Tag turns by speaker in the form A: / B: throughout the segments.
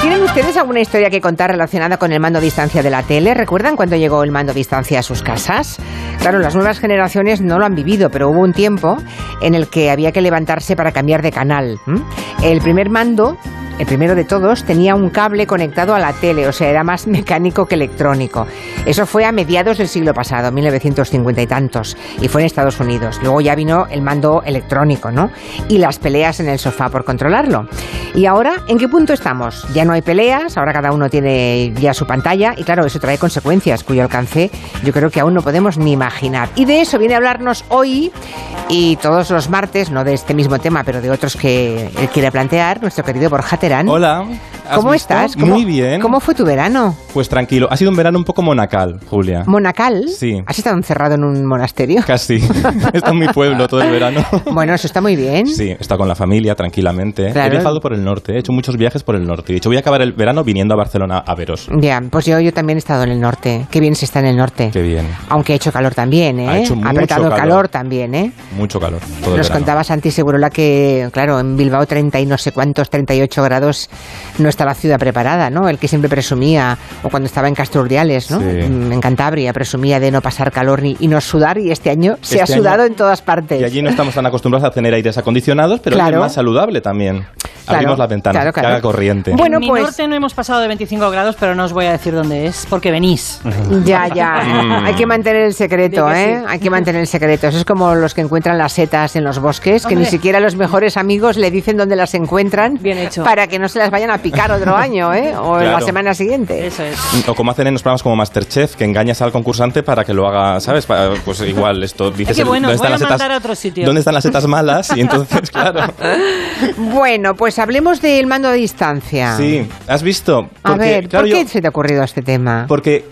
A: ¿Tienen ustedes alguna historia que contar relacionada con el mando a distancia de la tele? ¿Recuerdan cuando llegó el mando a distancia a sus casas? Claro, las nuevas generaciones no lo han vivido, pero hubo un tiempo en el que había que levantarse para cambiar de canal. ¿m? El primer mando, el primero de todos, tenía un cable conectado a la tele, o sea, era más mecánico que electrónico. Eso fue a mediados del siglo pasado, 1950 y tantos, y fue en Estados Unidos. Luego ya vino el mando electrónico, ¿no? Y las peleas en el sofá por controlarlo. ¿Y ahora en qué punto estamos? Ya no hay peleas, ahora cada uno tiene ya su pantalla y claro, eso trae consecuencias cuyo alcance yo creo que aún no podemos ni imaginar. Y de eso viene a hablarnos hoy y todos los martes, no de este mismo tema, pero de otros que él quiere plantear, nuestro querido Borja Terán.
B: Hola. ¿has
A: ¿Mm? ¿Cómo
B: visto?
A: estás? ¿Cómo-
B: Muy bien.
A: ¿Cómo fue tu verano?
B: Pues tranquilo. Ha sido un verano un poco monacal, Julia.
A: ¿Monacal?
B: Sí.
A: ¿Has estado encerrado en un monasterio?
B: Casi. He estado en mi pueblo todo el verano.
A: Bueno, eso está muy bien.
B: Sí, he estado con la familia tranquilamente.
A: Claro.
B: He viajado por el norte, he hecho muchos viajes por el norte. De hecho, voy a acabar el verano viniendo a Barcelona a veros.
A: Ya, pues yo, yo también he estado en el norte. Qué bien se está en el norte.
B: Qué bien.
A: Aunque ha hecho calor también, ¿eh?
B: Ha hecho mucho
A: apretado calor.
B: calor
A: también, ¿eh?
B: Mucho calor. Todo el
A: Nos
B: verano.
A: contaba Santi Segurola que, claro, en Bilbao 30 y no sé cuántos, 38 grados, no está la ciudad preparada, ¿no? El que siempre presumía, o cuando estaba en Casturdiales, ¿no?
B: Sí.
A: Mm, En Cantabria, presumía de no pasar calor ni, y no sudar, y este año se
B: Este
A: ha
B: año-
A: sudado en todas partes.
B: Y allí no estamos tan acostumbrados a tener aires acondicionados, pero
A: Claro.
B: es más saludable también.
A: Claro,
B: Abrimos las ventanas,
A: claro, claro.
B: que haga corriente.
A: Bueno,
C: en mi
A: pues-
C: norte no hemos pasado de 25 grados, pero no os voy a decir dónde es, porque venís.
A: Ya, ya. Hay que mantener el secreto,
C: Di Mm. que
A: ¿eh?
C: sí.
A: Hay que mantener el secreto. Eso es como los que encuentran las setas en los bosques, que ni
C: Hombre.
A: siquiera los mejores amigos le dicen dónde las encuentran
C: Bien hecho.
A: para que no se las vayan a picar otro año, ¿eh? O en la
B: Claro.
A: semana siguiente.
C: Eso es.
B: O como hacen en los programas como Masterchef, que engañas al concursante para que lo haga, ¿sabes? Pa- pues igual, esto dices...
C: que
B: el-
C: bueno, voy a
B: las
C: mandar a otro sitio.
B: ¿Dónde están las setas malas? Y entonces, claro...
A: Bueno, pues hablemos del mando a distancia.
B: Sí, ¿has visto?
A: Ah. A ver,
B: claro,
A: ¿por qué
B: yo-
A: se te ha ocurrido este tema?
B: porque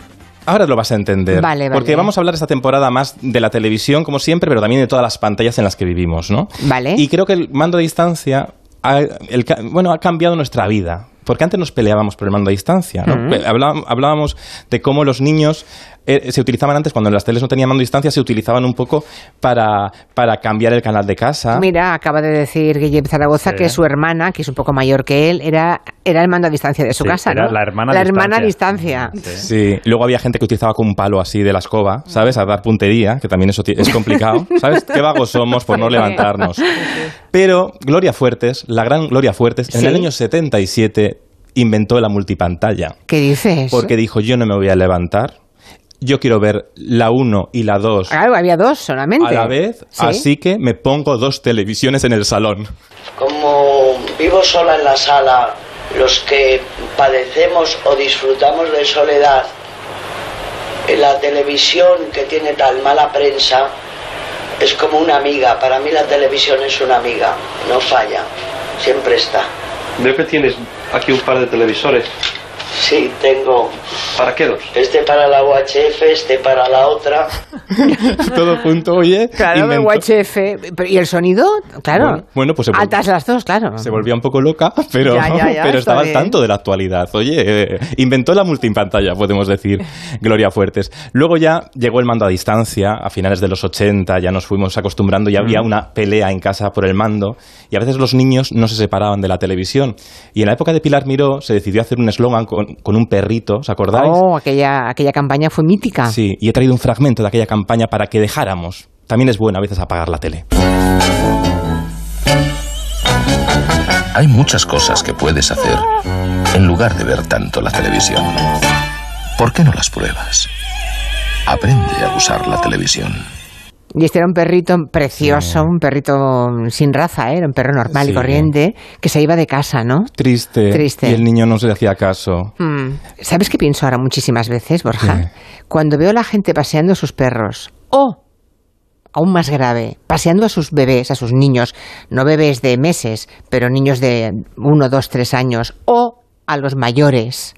B: ahora lo vas a entender.
A: Vale, vale.
B: Porque vamos a hablar esta temporada más de la televisión, como siempre, pero también de todas las pantallas en las que vivimos, ¿no?
A: Vale.
B: Y creo que el mando a distancia ha, el ca- bueno, ha cambiado nuestra vida. Porque antes nos peleábamos por el mando a distancia, ¿no? Pe- hablábam- Hablábamos de cómo los niños eh, se utilizaban antes, cuando las teles no tenían mando a distancia, se utilizaban un poco para, para cambiar el canal de casa.
A: Mira, acaba de decir Guillem Zaragoza
D: Sí.
A: que su hermana, que es un poco mayor que él, era, era el mando a distancia de su
D: Sí,
A: casa,
D: era
A: ¿no?
D: la hermana a
A: la hermana a
D: distancia.
A: distancia.
B: Sí, luego había gente que utilizaba con un palo así de la escoba, ¿sabes? A dar puntería, que también eso ti- es complicado, ¿sabes? Qué vagos somos por no levantarnos. Pero Gloria Fuertes, la gran Gloria Fuertes, en
A: Sí.
B: el año 77 inventó la multipantalla,
A: ¿Qué dices?
B: porque dijo, yo no me voy a levantar, yo quiero ver la 1 y la 2
A: Claro, había dos solamente.
B: a la vez,
A: Sí.
B: así que me pongo dos televisiones en el salón.
E: Como vivo sola en la sala, los que padecemos o disfrutamos de soledad, en la televisión que tiene tan mala prensa es como una amiga. Para mí la televisión es una amiga, no falla, siempre está.
F: Veo que tienes aquí un par de televisores.
E: Sí, tengo
F: ¿Para qué dos?
E: este para la UHF, este para la otra.
B: Todo junto, oye.
A: Claro,
B: inventó-
A: UHF. Pero, ¿Y el sonido? Claro.
B: Bueno, bueno, pues se vol-
A: Altas las dos, claro.
B: Se volvía un poco loca, pero,
A: Ah, Ya, ya, ya, está
B: pero estaba al
A: bien.
B: tanto de la actualidad. Oye, eh, inventó la multipantalla, podemos decir, Gloria Fuertes. Luego ya llegó el mando a distancia, a finales de los 80, ya nos fuimos acostumbrando, ya había una pelea en casa por el mando, y a veces los niños no se separaban de la televisión. Y en la época de Pilar Miró se decidió hacer un eslogan con, con un perrito, ¿os acordáis?
A: Oh, aquella, aquella campaña fue mítica.
B: Sí, y he traído un fragmento de aquella campaña para que dejáramos. También es bueno a veces apagar la tele.
G: Hay muchas cosas que puedes hacer en lugar de ver tanto la televisión. ¿Por qué no las pruebas? Aprende a usar la televisión.
A: Y este era un perrito precioso, un perrito sin raza, ¿eh? era un perro normal y
B: Sí.
A: corriente, que se iba de casa, ¿no?
B: Triste.
A: Triste.
B: Y el niño no se le hacía caso.
A: Mm. ¿Sabes qué pienso ahora muchísimas veces, Borja? Cuando veo a la gente paseando a sus perros, o, aún más grave, paseando a sus bebés, a sus niños, no bebés de meses, pero niños de 1, 2, 3 años, o a los mayores,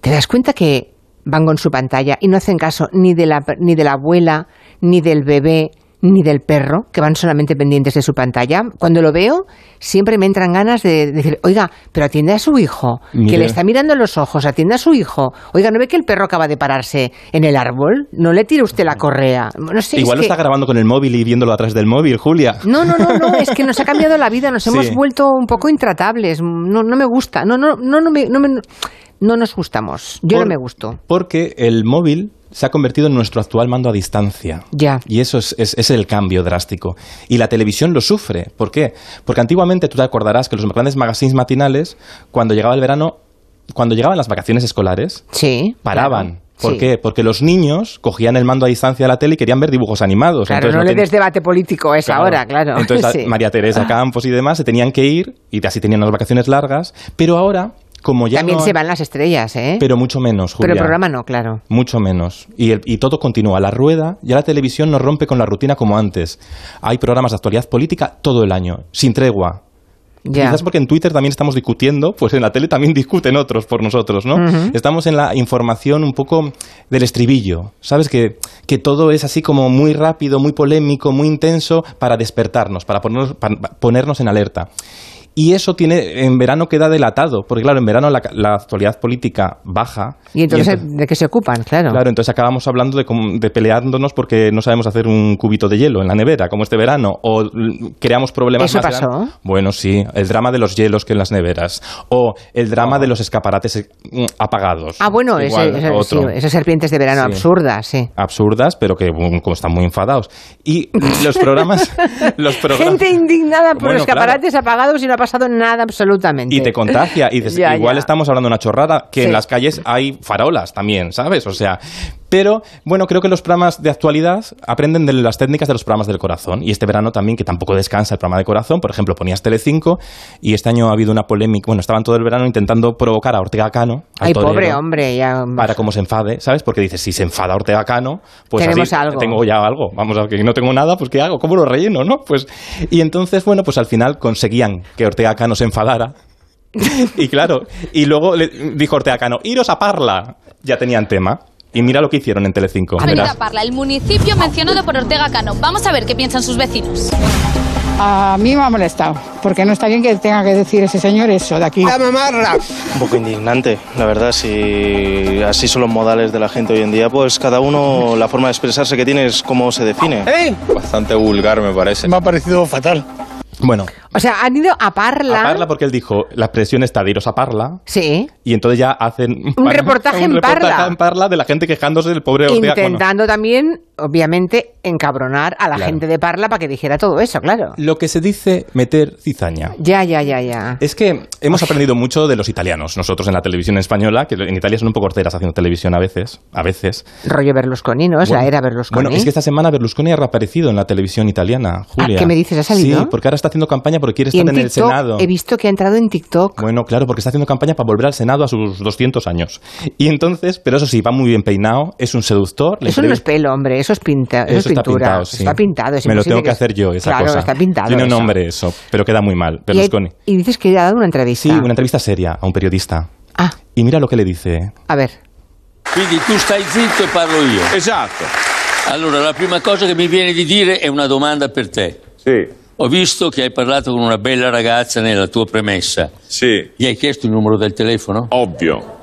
A: ¿te das cuenta que van con su pantalla y no hacen caso ni de la, ni de la abuela, ni del bebé, ni del perro, que van solamente pendientes de su pantalla. Cuando lo veo, siempre me entran ganas de decir, oiga, pero atiende a su hijo, que
B: Mire.
A: le está mirando los ojos, atiende a su hijo. Oiga, ¿no ve que el perro acaba de pararse en el árbol? No le tire usted la correa. No sé,
B: Igual lo
A: es
B: está
A: que-
B: grabando con el móvil y viéndolo atrás del móvil, Julia.
A: no, no, no, no, es que nos ha cambiado la vida, nos
B: Sí.
A: hemos vuelto un poco intratables. No, no me gusta, no, no, no, no, me- no, me- no nos gustamos. Yo no
B: Por-
A: me gusto.
B: Porque el móvil se ha convertido en nuestro actual mando a distancia.
A: Ya.
B: Y eso es, es- es el cambio drástico. Y la televisión lo sufre. ¿Por qué? Porque antiguamente tú te acordarás que los grandes magazines matinales, cuando llegaba el verano, cuando llegaban las vacaciones escolares,
A: Sí.
B: paraban.
A: claro.
B: ¿Por
A: Sí.
B: qué? Porque los niños cogían el mando a distancia de la tele y querían ver dibujos animados.
A: Claro,
B: Entonces
A: no, le
B: ten-
A: des debate político a esa
B: Claro.
A: hora, claro.
B: Entonces la-
A: Sí. Ah.
B: María Teresa Campos y demás se tenían que ir y así tenían unas vacaciones largas. Pero ahora, como ya
A: También
B: no-
A: se van las estrellas, ¿eh?
B: Pero mucho menos,
A: Pero
B: Julia.
A: el programa no, claro.
B: Mucho menos. Y, el- y todo continúa. La rueda, ya la televisión nos rompe con la rutina como antes. Hay programas de actualidad política todo el año, sin tregua.
A: Ya.
B: Quizás porque en Twitter también estamos discutiendo, pues en la tele también discuten otros por nosotros, ¿no?
A: Ujú.
B: Estamos en la información un poco del estribillo, ¿sabes? Que, que todo es así como muy rápido, muy polémico, muy intenso para despertarnos, para ponernos, para ponernos en alerta. Y eso tiene, en verano queda delatado, porque claro, en verano la, la actualidad política baja.
A: Y entonces,
B: ento-
A: ¿de qué se ocupan? Claro.
B: Claro, entonces acabamos hablando de, cómo- de peleándonos porque no sabemos hacer un cubito de hielo en la nevera, como este verano, o l- creamos problemas.
A: ¿Eso
B: más gran-
A: pasó?
B: Bueno, sí, el drama de los hielos que en las neveras, o el drama de los escaparates eh, mm, apagados.
A: Ah, bueno, ese-
B: Igual,
A: ese-
B: otro.
A: sí, esas serpientes de verano
B: Sí.
A: absurdas, sí.
B: absurdas, pero que mm, como están muy enfadados. Y los programas... los programas
A: Gente indignada por
B: Bueno,
A: los
B: claro.
A: escaparates apagados y no ha pasado nada absolutamente.
B: Y te contagia. Y dices,
A: Ya,
B: igual
A: ya.
B: estamos hablando de una chorrada, que
A: Sí.
B: en las calles hay farolas también, ¿sabes? O sea, pero bueno, creo que los programas de actualidad aprenden de las técnicas de los programas del corazón. Y este verano también, que tampoco descansa el programa de corazón, por ejemplo, ponías Telecinco y este año ha habido una polémica. Bueno, estaban todo el verano intentando provocar a Ortega Cano. al
A: Ay,
B: torero,
A: pobre hombre, ya.
B: Para cómo se enfade, ¿sabes? Porque dices, si se enfada Ortega Cano, pues
A: Tenemos
B: así
A: algo.
B: tengo ya algo. Vamos a ver, que no tengo nada, pues ¿qué hago? ¿Cómo lo relleno, no? Pues, y entonces, bueno, pues al final conseguían que Ortega Cano se enfadara y claro, y luego le dijo Ortega Cano, iros a Parla. Ya tenían tema. Y mira lo que hicieron en Telecinco.
D: Avenida
B: verás.
D: Parla, el municipio mencionado por Ortega Cano. Vamos a ver qué piensan sus vecinos.
H: A mí me ha molestado, porque no está bien que tenga que decir ese señor eso de aquí.
I: Un poco indignante, la verdad, si así son los modales de la gente hoy en día, pues cada uno la forma de expresarse que tiene es cómo se define.
J: Bastante vulgar, me parece.
H: ha parecido fatal.
B: Bueno,
A: O sea, han ido a Parla.
B: a Parla porque él dijo, la expresión está de iros a Parla.
A: Sí.
B: Y entonces ya hacen
A: Un reportaje en
B: un reportaje
A: Parla.
B: en Parla de la gente quejándose del pobre Ortega Cano.
A: Intentando también, obviamente, encabronar a la
B: Claro.
A: gente de Parla para que dijera todo eso, claro.
B: Lo que se dice meter cizaña.
A: Ya, ya, ya, ya.
B: Es que hemos aprendido mucho de los italianos, nosotros en la televisión española, que en Italia son un poco horteras haciendo televisión a veces, a veces.
A: Rollo Berlusconi, ¿no? Es la
B: Bueno,
A: era Berlusconi.
B: Bueno, es que esta semana Berlusconi ha reaparecido en la televisión italiana, Julia.
A: Ah, ¿qué me dices? ¿Ha salido?
B: Sí, porque ahora está haciendo campaña porque quiere
A: y
B: estar
A: en
B: en,
A: TikTok
B: el Senado.
A: he visto que ha entrado en TikTok.
B: Bueno, claro, porque está haciendo campaña para volver al Senado a sus 200 años. Y entonces, pero eso sí, va muy bien peinado, es un seductor. le
A: Eso no
B: entrevi-
A: es pelo, hombre, eso es, pinta, eso
B: Eso
A: es
B: está
A: pintura.
B: pintado, sí.
A: Está pintado, es
B: Me lo
A: imposible
B: tengo que hacer yo, esa
A: claro,
B: cosa.
A: está pintado.
B: Tiene un
A: eso.
B: nombre eso, pero queda muy mal.
A: Y, hay- Ah.
B: Berlusconi.
A: y dices que le ha dado una entrevista.
B: Sí, una entrevista seria a un periodista.
A: Ah,
B: Y mira lo que le dice. ¿eh?
A: a ver.
K: Quindi tu stai zitto e parlo io.
J: Esatto.
K: Allora, la prima cosa che mi viene di dire è una domanda per te.
J: Sì,
K: Ho visto che hai parlato con una bella ragazza nella tua premessa.
J: sì,
K: Gli hai chiesto il numero del telefono?
J: ovvio.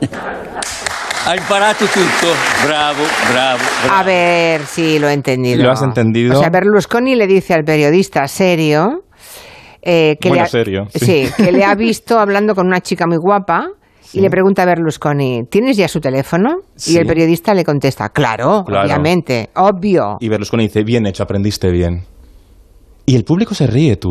K: Hai imparato tutto? Bravo, bravo, bravo.
A: A ver si lo he entendido.
B: ¿Lo has entendido?
A: O sea, Berlusconi le dice al periodista serio eh, que,
B: Bueno,
A: le ha,
B: serio,
A: sí,
B: sí.
A: que le ha visto hablando con una chica muy guapa y le pregunta a Berlusconi, ¿tienes ya su teléfono? Y
B: Sí.
A: el periodista le contesta, claro,
B: Claro.
A: obviamente, obvio.
B: Y Berlusconi dice, bien hecho, aprendiste bien. Y el público se ríe, tú.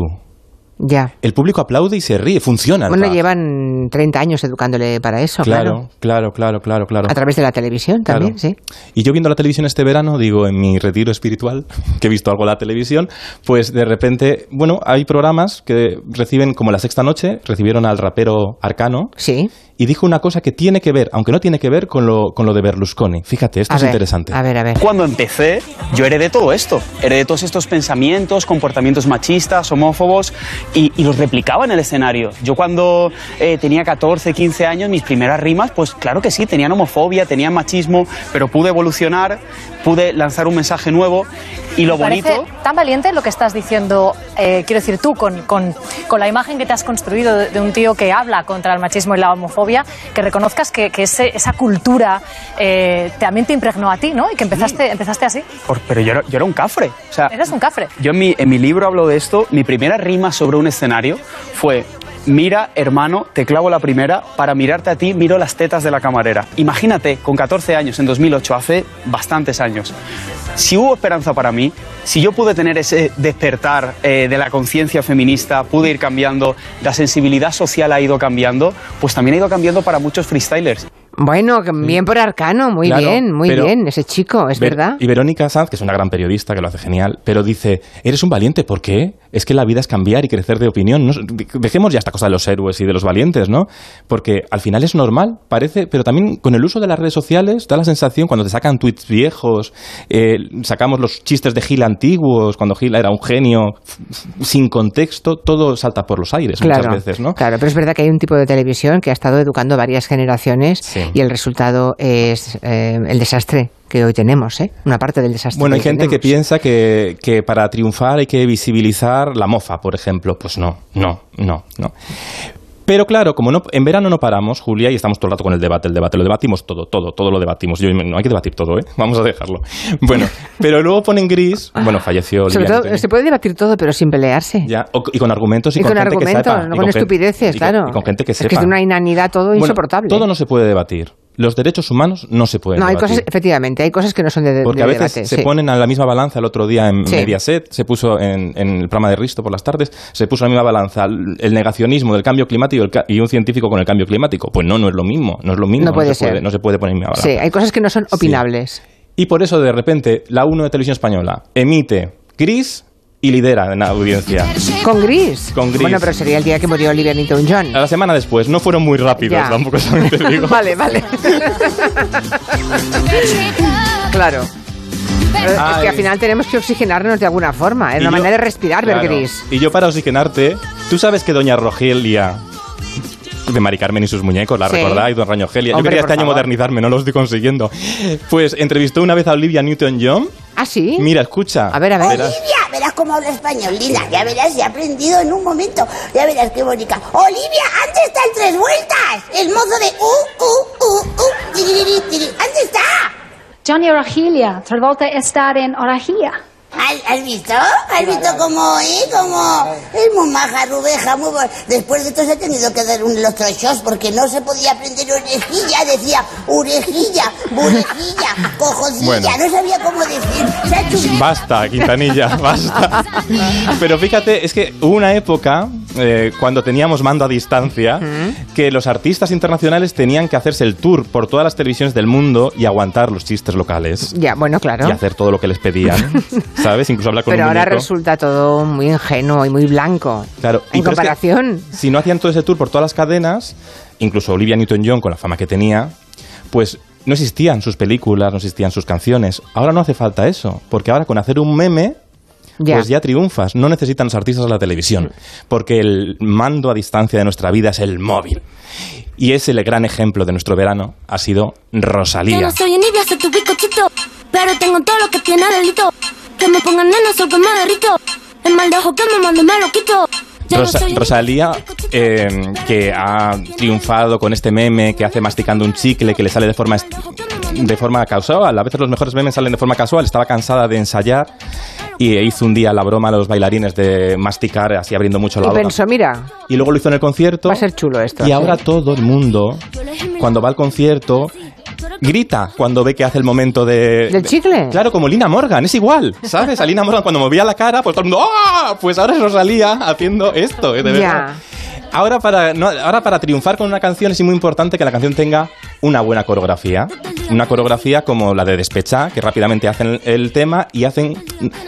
A: Ya.
B: El público aplaude y se ríe, funciona. el
A: Bueno,
B: rap.
A: llevan 30 años educándole para eso, claro.
B: Claro, claro, claro, claro, claro.
A: A través de la televisión
B: Claro.
A: también, sí.
B: Y yo viendo la televisión este verano, digo, en mi retiro espiritual, que he visto algo de la televisión, pues de repente, bueno, hay programas que reciben, como la sexta noche, recibieron al rapero Arcano
A: Sí.
B: y dijo una cosa que tiene que ver, aunque no tiene que ver con lo, con lo de Berlusconi. Fíjate, esto
A: A
B: es
A: ver,
B: interesante.
A: A ver, a ver.
L: Cuando empecé, yo heredé todo esto. Heredé todos estos pensamientos, comportamientos machistas, homófobos, y, y los replicaba en el escenario. Yo cuando eh, tenía 14, 15 años, mis primeras rimas, pues claro que sí, tenían homofobia, tenían machismo, pero pude evolucionar, pude lanzar un mensaje nuevo, y lo
M: Me
L: bonito...
M: Parece tan valiente lo que estás diciendo, eh, quiero decir tú, con, con, con la imagen que te has construido de, de un tío que habla contra el machismo y la homofobia, que reconozcas que, que ese- esa cultura eh, también te impregnó a ti, ¿no? Y que empezaste, empezaste así.
L: Por- pero yo era, yo era un cafre. O sea,
M: Eres un cafre.
L: Yo en mi, en mi libro hablo de esto. Mi primera rima sobre un escenario fue: Mira, hermano, te clavo la primera. Para mirarte a ti, miro las tetas de la camarera. Imagínate, con 14 años, en 2008, hace bastantes años. Si hubo esperanza para mí, si yo pude tener ese despertar eh, de la conciencia feminista, pude ir cambiando, la sensibilidad social ha ido cambiando, pues también ha ido cambiando para muchos freestylers.
A: Bueno, que bien por Arcano, muy
B: Claro,
A: bien, muy
B: pero-
A: bien, ese chico, es
B: Ver-
A: verdad.
B: Y Verónica Sanz, que es una gran periodista, que lo hace genial, pero dice, eres un valiente, ¿por qué? Es que la vida es cambiar y crecer de opinión. No es- dejemos ya esta cosa de los héroes y de los valientes, ¿no? Porque al final es normal, parece, pero también con el uso de las redes sociales da la sensación, cuando te sacan tweets viejos, eh, sacamos los chistes de Gil antiguos, cuando Gil era un genio, f- f- sin contexto, todo salta por los aires
A: Claro,
B: muchas veces, ¿no?
A: claro, pero es verdad que hay un tipo de televisión que ha estado educando varias generaciones y el resultado es eh, el desastre que hoy tenemos, ¿eh? Una parte del desastre.
B: Bueno, hay
A: que hoy
B: gente que
A: tenemos.
B: piensa que, que para triunfar hay que visibilizar la mofa, por ejemplo. Pues no, no, no, no. Pero claro, como no, en verano no paramos, Julia, y estamos todo el rato con el debate, el debate, lo debatimos todo, todo, todo lo debatimos. Yo, no hay que debatir todo, ¿eh? Vamos a dejarlo. Bueno, pero luego ponen gris, bueno, falleció
A: Ah. Sobre
B: Olivia
A: todo,
B: Newton-John.
A: se puede debatir todo, pero sin pelearse.
B: Ya, o- y con argumentos y,
A: y con,
B: gente
A: argumentos,
B: que sepa, y
A: no con,
B: gen-
A: estupideces,
B: y con-
A: claro.
B: y con gente que
A: es que
B: sepa.
A: es de una inanidad todo
B: Bueno,
A: insoportable.
B: Todo no se puede debatir. Los derechos humanos no se pueden
A: no, hay
B: debatir.
A: cosas, efectivamente, hay cosas que no son de, de-
B: Porque
A: de
B: a veces
A: debate,
B: se
A: sí.
B: ponen a la misma balanza. El otro día en
A: Sí.
B: Mediaset se puso en, en el programa de Risto por las tardes, se puso a la misma balanza el el negacionismo del cambio climático y el ca- y un científico con el cambio climático. Pues no, no es lo mismo. No es lo mismo.
A: No puede
B: se
A: ser.
B: no se puede poner en la balanza.
A: Sí, hay cosas que no son opinables.
B: Y por eso de repente la 1 de Televisión Española emite gris y lidera en la audiencia.
A: Con gris.
B: Con Gris.
A: Bueno, pero sería el día que murió Olivia Newton-John.
B: A la semana después, no fueron muy rápidos,
A: Ya.
B: tampoco eso te digo.
A: vale, vale. claro. Pero Es que
B: Ay.
A: al final tenemos que oxigenarnos de alguna forma, es una
B: Y yo-
A: manera de respirar, ver
B: Claro.
A: gris.
B: Y yo para oxigenarte, tú sabes que Doña Rogelia de Mari Carmen y sus muñecos, la
A: Sí.
B: recordáis, Doña Rogelia. Yo
A: Hombre,
B: quería
A: por
B: este año
A: favor.
B: modernizarme, no lo estoy consiguiendo. Pues entrevistó una vez a Olivia Newton-John.
A: ¿Ah, sí?
B: Mira, escucha. A ver,
A: a ver.
N: Olivia, verás cómo habla español, Lila. Ya verás, he aprendido en un momento. Ya verás qué bonita. Olivia, antes está en tres vueltas. El mozo de u, u, u, u, tiriri, tiri. ¿Dónde está?
O: Johnny Orahilia, Travolta está en Orahia.
N: ¿Has, has visto? ¿Has visto cómo, eh? Como es muy maja, rubeja, muy bo- Después de esto se ha tenido que dar un, los trochos porque no se podía aprender orejilla. Decía orejilla, orejilla, cojocilla.
B: Bueno.
N: No sabía cómo decir. Se ha hecho un-
B: Basta, Quintanilla, basta. Pero fíjate, es que hubo una época, eh, cuando teníamos mando a distancia, que los artistas internacionales tenían que hacerse el tour por todas las televisiones del mundo y aguantar los chistes locales.
A: Ya, bueno, claro.
B: y hacer todo lo que les pedían, ¿sabes? Incluso hablar con
A: Pero
B: un
A: ahora
B: muñeco.
A: resulta todo muy ingenuo y muy blanco.
B: Claro, y
A: En
B: pero es que
A: comparación.
B: si no hacían todo ese tour por todas las cadenas, incluso Olivia Newton-John con la fama que tenía, pues no existían sus películas, no existían sus canciones. Ahora no hace falta eso, porque ahora con hacer un meme
A: Ya.
B: pues ya triunfas, no necesitan los artistas a la televisión, porque el mando a distancia de nuestra vida es el móvil. Y ese el gran ejemplo de nuestro verano ha sido
P: Yo
B: Rosalía.
P: no soy envidia, soy tu bizcochito. Pero tengo todo lo que tiene delito. Que me pongan nena, soy que me derrito. El mal de ojo que me mando me lo quito. Yo
B: Rosa-
P: no soy
B: Rosalía, eh, que ha triunfado con este meme que hace masticando un chicle que le sale de forma est- de forma casual. A veces los mejores memes salen de forma casual. Estaba cansada de ensayar y hizo un día la broma a los bailarines de masticar así abriendo mucho la
A: Y
B: boca.
A: pensó, mira,
B: Y luego lo hizo en el concierto.
A: va a ser chulo esto.
B: Y ahora
A: sí.
B: todo el mundo, cuando va al concierto, grita cuando ve que hace el momento de...
A: ¿Del chicle?
B: Claro, como Lina Morgan, es igual, ¿sabes? A Lina Morgan cuando movía la cara, pues todo el mundo, ¡ah! Pues ahora es Rosalía haciendo esto, ¿eh? de verdad. Ahora para, no, ahora para triunfar con una canción es muy importante que la canción tenga una buena coreografía. una coreografía como la de Despechá, que rápidamente hacen el tema y hacen.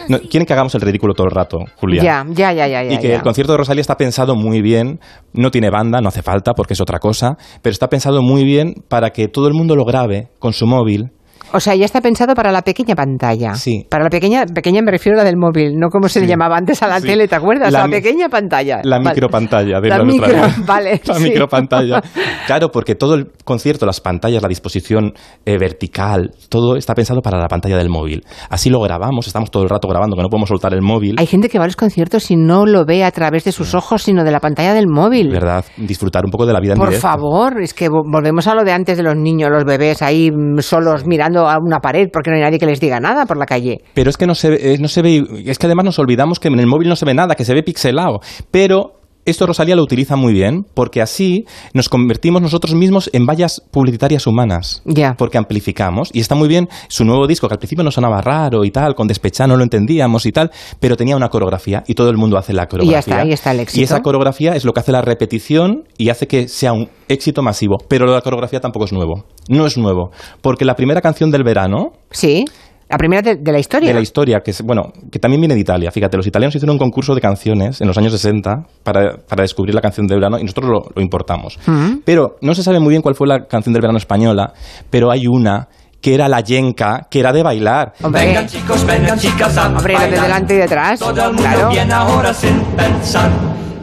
B: no, quieren que hagamos el ridículo todo el rato, Julia.
A: Ya, ya, ya, ya.
B: Y
A: ya,
B: que
A: ya.
B: el concierto de Rosalía está pensado muy bien, no tiene banda, no hace falta porque es otra cosa, pero está pensado muy bien para que todo el mundo lo grabe con su móvil.
A: O sea, ya está pensado para la pequeña pantalla.
B: Sí.
A: Para la pequeña, pequeña me refiero a la del móvil, no como se le llamaba antes a la
B: Sí.
A: tele, ¿te acuerdas?
B: La
A: La,
B: mi-
A: pequeña pantalla.
B: La
A: Vale.
B: micropantalla de
A: La
B: la, otra
A: micro,
B: vez.
A: vale,
B: La
A: sí.
B: micropantalla. Claro, porque todo el concierto, las pantallas, la disposición eh, vertical, todo está pensado para la pantalla del móvil. Así lo grabamos, estamos todo el rato grabando, que no podemos soltar el móvil.
A: Hay gente que va a los conciertos y no lo ve a través de sus ojos, sino de la pantalla del móvil.
B: ¿Verdad? Disfrutar un poco de la vida en
A: Por
B: directo.
A: favor, es que vo- volvemos a lo de antes de los niños, los bebés ahí mm, solos mirando a una pared porque no hay nadie que les diga nada por la calle.
B: Pero es que no se, ve- eh, no se ve, es que además nos olvidamos que en el móvil no se ve nada, que se ve pixelado. Pero esto Rosalía lo utiliza muy bien, porque así nos convertimos nosotros mismos en vallas publicitarias humanas.
A: Ya.
B: Porque amplificamos. Y está muy bien su nuevo disco, que al principio no sonaba raro y tal, con despechá no lo entendíamos y tal, pero tenía una coreografía y todo el mundo hace la coreografía.
A: está, ahí está el éxito.
B: Y esa coreografía es lo que hace la repetición y hace que sea un éxito masivo. Pero lo de la coreografía tampoco es nuevo. No es nuevo. Porque la primera canción del verano,
A: Sí, la primera de, de la historia.
B: de la historia, que es, bueno, que también viene de Italia. Fíjate, los italianos hicieron un concurso de canciones en los años 60 para, para descubrir la canción del verano y nosotros lo, lo importamos.
Q: Ujú.
B: Pero no se sabe muy bien cuál fue la canción del verano española, pero hay una que era la yenca, que era de bailar.
A: Hombre,
Q: Chicos, vengan chicas a
A: hombre, lo de
Q: bailar.
A: delante y detrás.
Q: Todo el mundo
A: Claro.
Q: viene ahora sin pensar.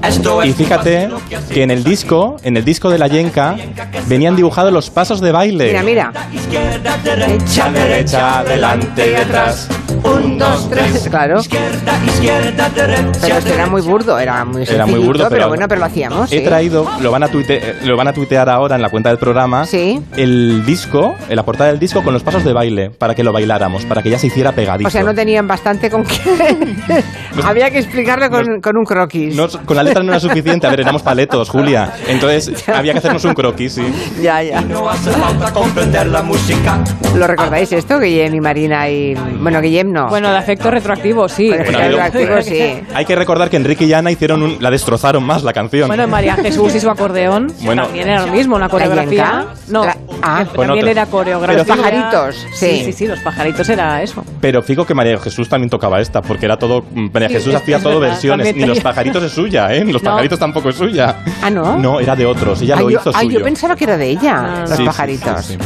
Q: Esto
B: Y
Q: es
B: fíjate que en el disco, en el disco de la yenca, venían dibujados los pasos de baile.
A: Mira, mira.
Q: izquierda, derecha, derecha, adelante y atrás. Un, dos, tres.
A: Claro.
Q: Izquierda, izquierda, derecha.
A: Pero es que era muy burdo, era muy
B: Era muy
A: sencillito,
B: burdo,
A: pero,
B: pero-
A: bueno, pero lo hacíamos.
B: He
A: sí.
B: traído, lo van, a tuite- eh, lo van a tuitear ahora en la cuenta del programa, el disco, eh, la portada del disco con los pasos de baile, para que lo bailáramos, para que ya se hiciera pegadito.
A: O sea, no tenían bastante con qué. Había que explicarlo con, con un croquis.
B: No, con la letra no era suficiente, a ver, éramos paletos, Julia. Entonces había que hacernos un croquis, sí.
A: Ya, ya.
Q: No hace falta comprender la música.
A: ¿Lo recordáis esto, Guillem y Marina? y Bueno, Guillem no.
R: Bueno, de efecto retroactivo, sí.
B: Bueno, ha habido-
A: retroactivo, sí.
B: Hay que recordar que Enrique y Ana hicieron un- la destrozaron más la canción.
R: Bueno, María Jesús y su acordeón
B: Bueno.
R: también era lo mismo, una coreografía.
A: yenca?
R: No,
A: ah,
R: que
B: Con
R: también
B: otro.
R: era coreografía.
A: Pues Pero pajaritos, sí.
R: Sí, sí, sí, los pajaritos era eso.
B: Pero fijo que María Jesús también tocaba esta, porque era todo. María
R: Sí,
B: Jesús
R: es-
B: hacía
R: es
B: todo
R: verdad,
B: versiones.
R: también
B: Ni los
R: tenía-
B: pajaritos es suya, ¿eh? Los
A: No.
B: pajaritos tampoco es suya.
A: Ah, no.
B: No, era de otros. Ella lo
A: Ah, yo-
B: hizo
A: ah,
B: suyo.
A: yo pensaba que era de
R: Ah.
A: ella, los
B: Sí, sí,
A: pajaritos.
B: sí,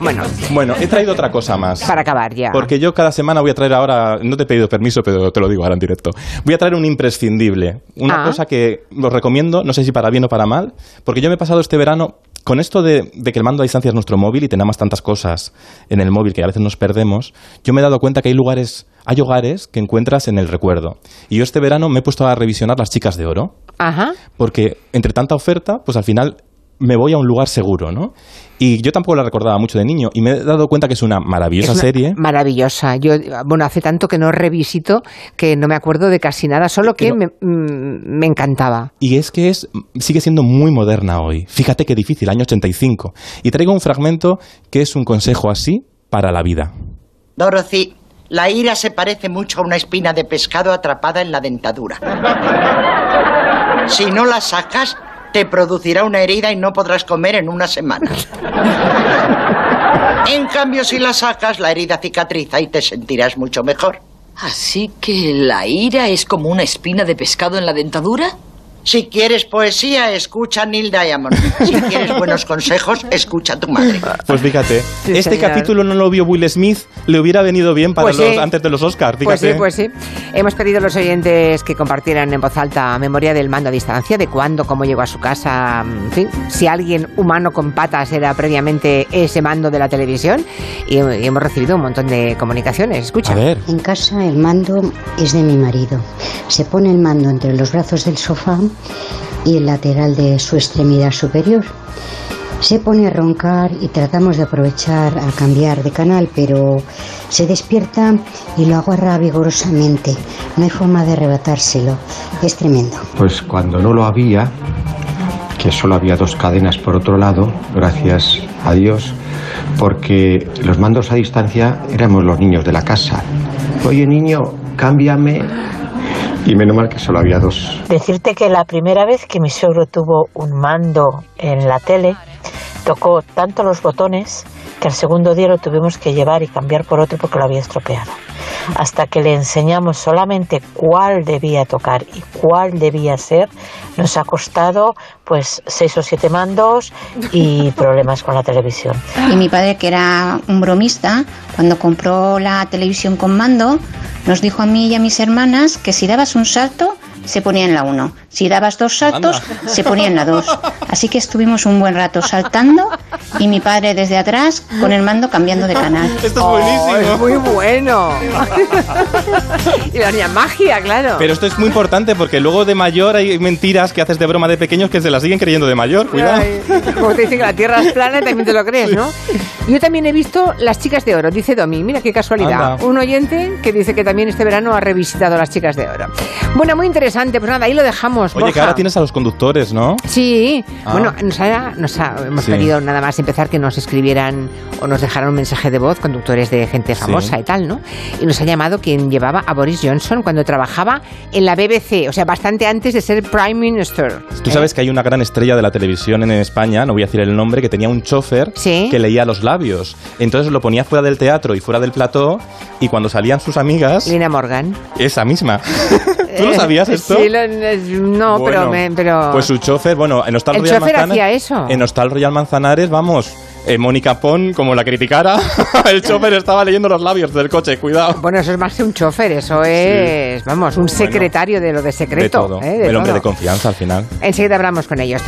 A: Bueno,
B: Bueno, he traído otra cosa más.
A: para acabar ya.
B: Porque yo cada semana voy a traer ahora, no te he pedido permiso, pero te lo digo ahora en directo. Voy a traer un imprescindible. Una
A: Ah.
B: cosa que os recomiendo, no sé si para bien o para mal, porque yo me he pasado este verano con esto de, de que el mando a distancia es nuestro móvil y tenemos tantas cosas en el móvil que a veces nos perdemos. Yo me he dado cuenta que hay lugares, hay hogares que encuentras en el recuerdo. Y yo este verano me he puesto a revisionar las chicas de oro
A: Ajá.
B: porque entre tanta oferta, pues al final me voy a un lugar seguro, ¿no? Y yo tampoco la recordaba mucho de niño y me he dado cuenta que es una maravillosa
A: Es una-
B: serie.
A: Maravillosa. Yo, bueno, hace tanto que no revisito que no me acuerdo de casi nada, solo que, me, mm, me encantaba.
B: Y es que es, sigue siendo muy moderna hoy. Fíjate qué difícil, año 85. Y traigo un fragmento que es un consejo así para la vida.
S: Dorothy, la ira se parece mucho a una espina de pescado atrapada en la dentadura. Si no la sacas, te producirá una herida y no podrás comer en una semana. En cambio, si la sacas, la herida cicatriza y te sentirás mucho mejor.
T: Así que la ira es como una espina de pescado en la dentadura.
S: Si quieres poesía, escucha a Neil Diamond. Si quieres buenos consejos, escucha a tu madre.
B: Pues fíjate,
S: Sí,
B: este
S: señor.
B: capítulo no lo vio Will Smith, le hubiera venido bien para
A: Pues
B: los,
A: sí.
B: antes de los Oscars, fíjate.
A: Pues sí, pues sí. Hemos pedido a los oyentes que compartieran en voz alta memoria del mando a distancia, de cuándo, cómo llegó a su casa, mm, en fin, si alguien humano con patas era previamente ese mando de la televisión. Y, y hemos recibido un montón de comunicaciones. Escucha.
U: En casa el mando es de mi marido. Se pone el mando entre los brazos del sofá y el lateral de su extremidad superior. Se pone a roncar y tratamos de aprovechar a cambiar de canal, pero se despierta y lo agarra vigorosamente. No hay forma de arrebatárselo. Es tremendo.
V: Pues cuando no lo había, que solo había dos cadenas por otro lado, gracias a Dios, porque los mandos a distancia éramos los niños de la casa. Oye niño, cámbiame. Y menos mal que solo había dos.
W: Decirte que la primera vez que mi suegro tuvo un mando en la tele, tocó tanto los botones que al segundo día lo tuvimos que llevar y cambiar por otro porque lo había estropeado. Hasta que le enseñamos solamente cuál debía tocar y cuál debía ser, nos ha costado pues seis o siete mandos y problemas con la televisión.
L: Y mi padre, que era un bromista, cuando compró la televisión con mando, nos dijo a mí y a mis hermanas que si dabas un salto, se ponía en la 1. Si dabas dos saltos,
X: Anda.
L: se ponía en la 2. Así que estuvimos un buen rato saltando y mi padre desde atrás con el mando cambiando de canal.
A: buenísimo. muy bueno. y la niña magia, claro.
B: Pero esto es muy importante porque luego de mayor hay mentiras que haces de broma de pequeños que se las siguen creyendo de mayor. Cuidado.
A: Ay, Como te dicen que la tierra es plana, también te lo crees, ¿no? Yo también he visto Las Chicas de Oro, dice Domi. Mira qué casualidad.
Y: Anda.
A: Un oyente que dice que también este verano ha revisitado Las Chicas de Oro. Bueno, muy interesante. Pues nada, ahí lo dejamos.
B: Oye, que
A: Borja.
B: ahora tienes a los conductores, ¿no?
A: Sí,
B: Ah.
A: bueno, nos, ha- nos ha- hemos
B: Sí.
A: pedido nada más empezar que nos escribieran o nos dejaran un mensaje de voz conductores de gente famosa y tal, ¿no? Y nos ha llamado quien llevaba a Boris Johnson cuando trabajaba en la BBC, o sea, bastante antes de ser Prime Minister.
B: Tú sabes que hay una gran estrella de la televisión en España, no voy a decir el nombre, que tenía un chofer
A: Sí.
B: que leía los labios. Entonces lo ponía fuera del teatro y fuera del plató y cuando salían sus amigas...
A: Lina Morgan.
B: Esa misma. ¿Tú lo sabías
A: Eh,
B: esto?
A: Sí, lo- eh, no, pero...
B: Bueno,
A: me- pero-
B: Pues su chofer, bueno, en Hostal
A: El
B: Royal
A: chofer
B: Manzanares...
A: hacía eso.
B: En Hostal Royal Manzanares, vamos, eh, Mónica Pon, como la criticara, el chofer estaba leyendo los labios del coche, cuidado.
A: Bueno, eso es más que un chofer, eso es, vamos, un secretario de lo de secreto.
B: de todo.
A: ¿eh? De
B: el hombre
A: todo.
B: de confianza al final.
A: Enseguida hablamos con ellos.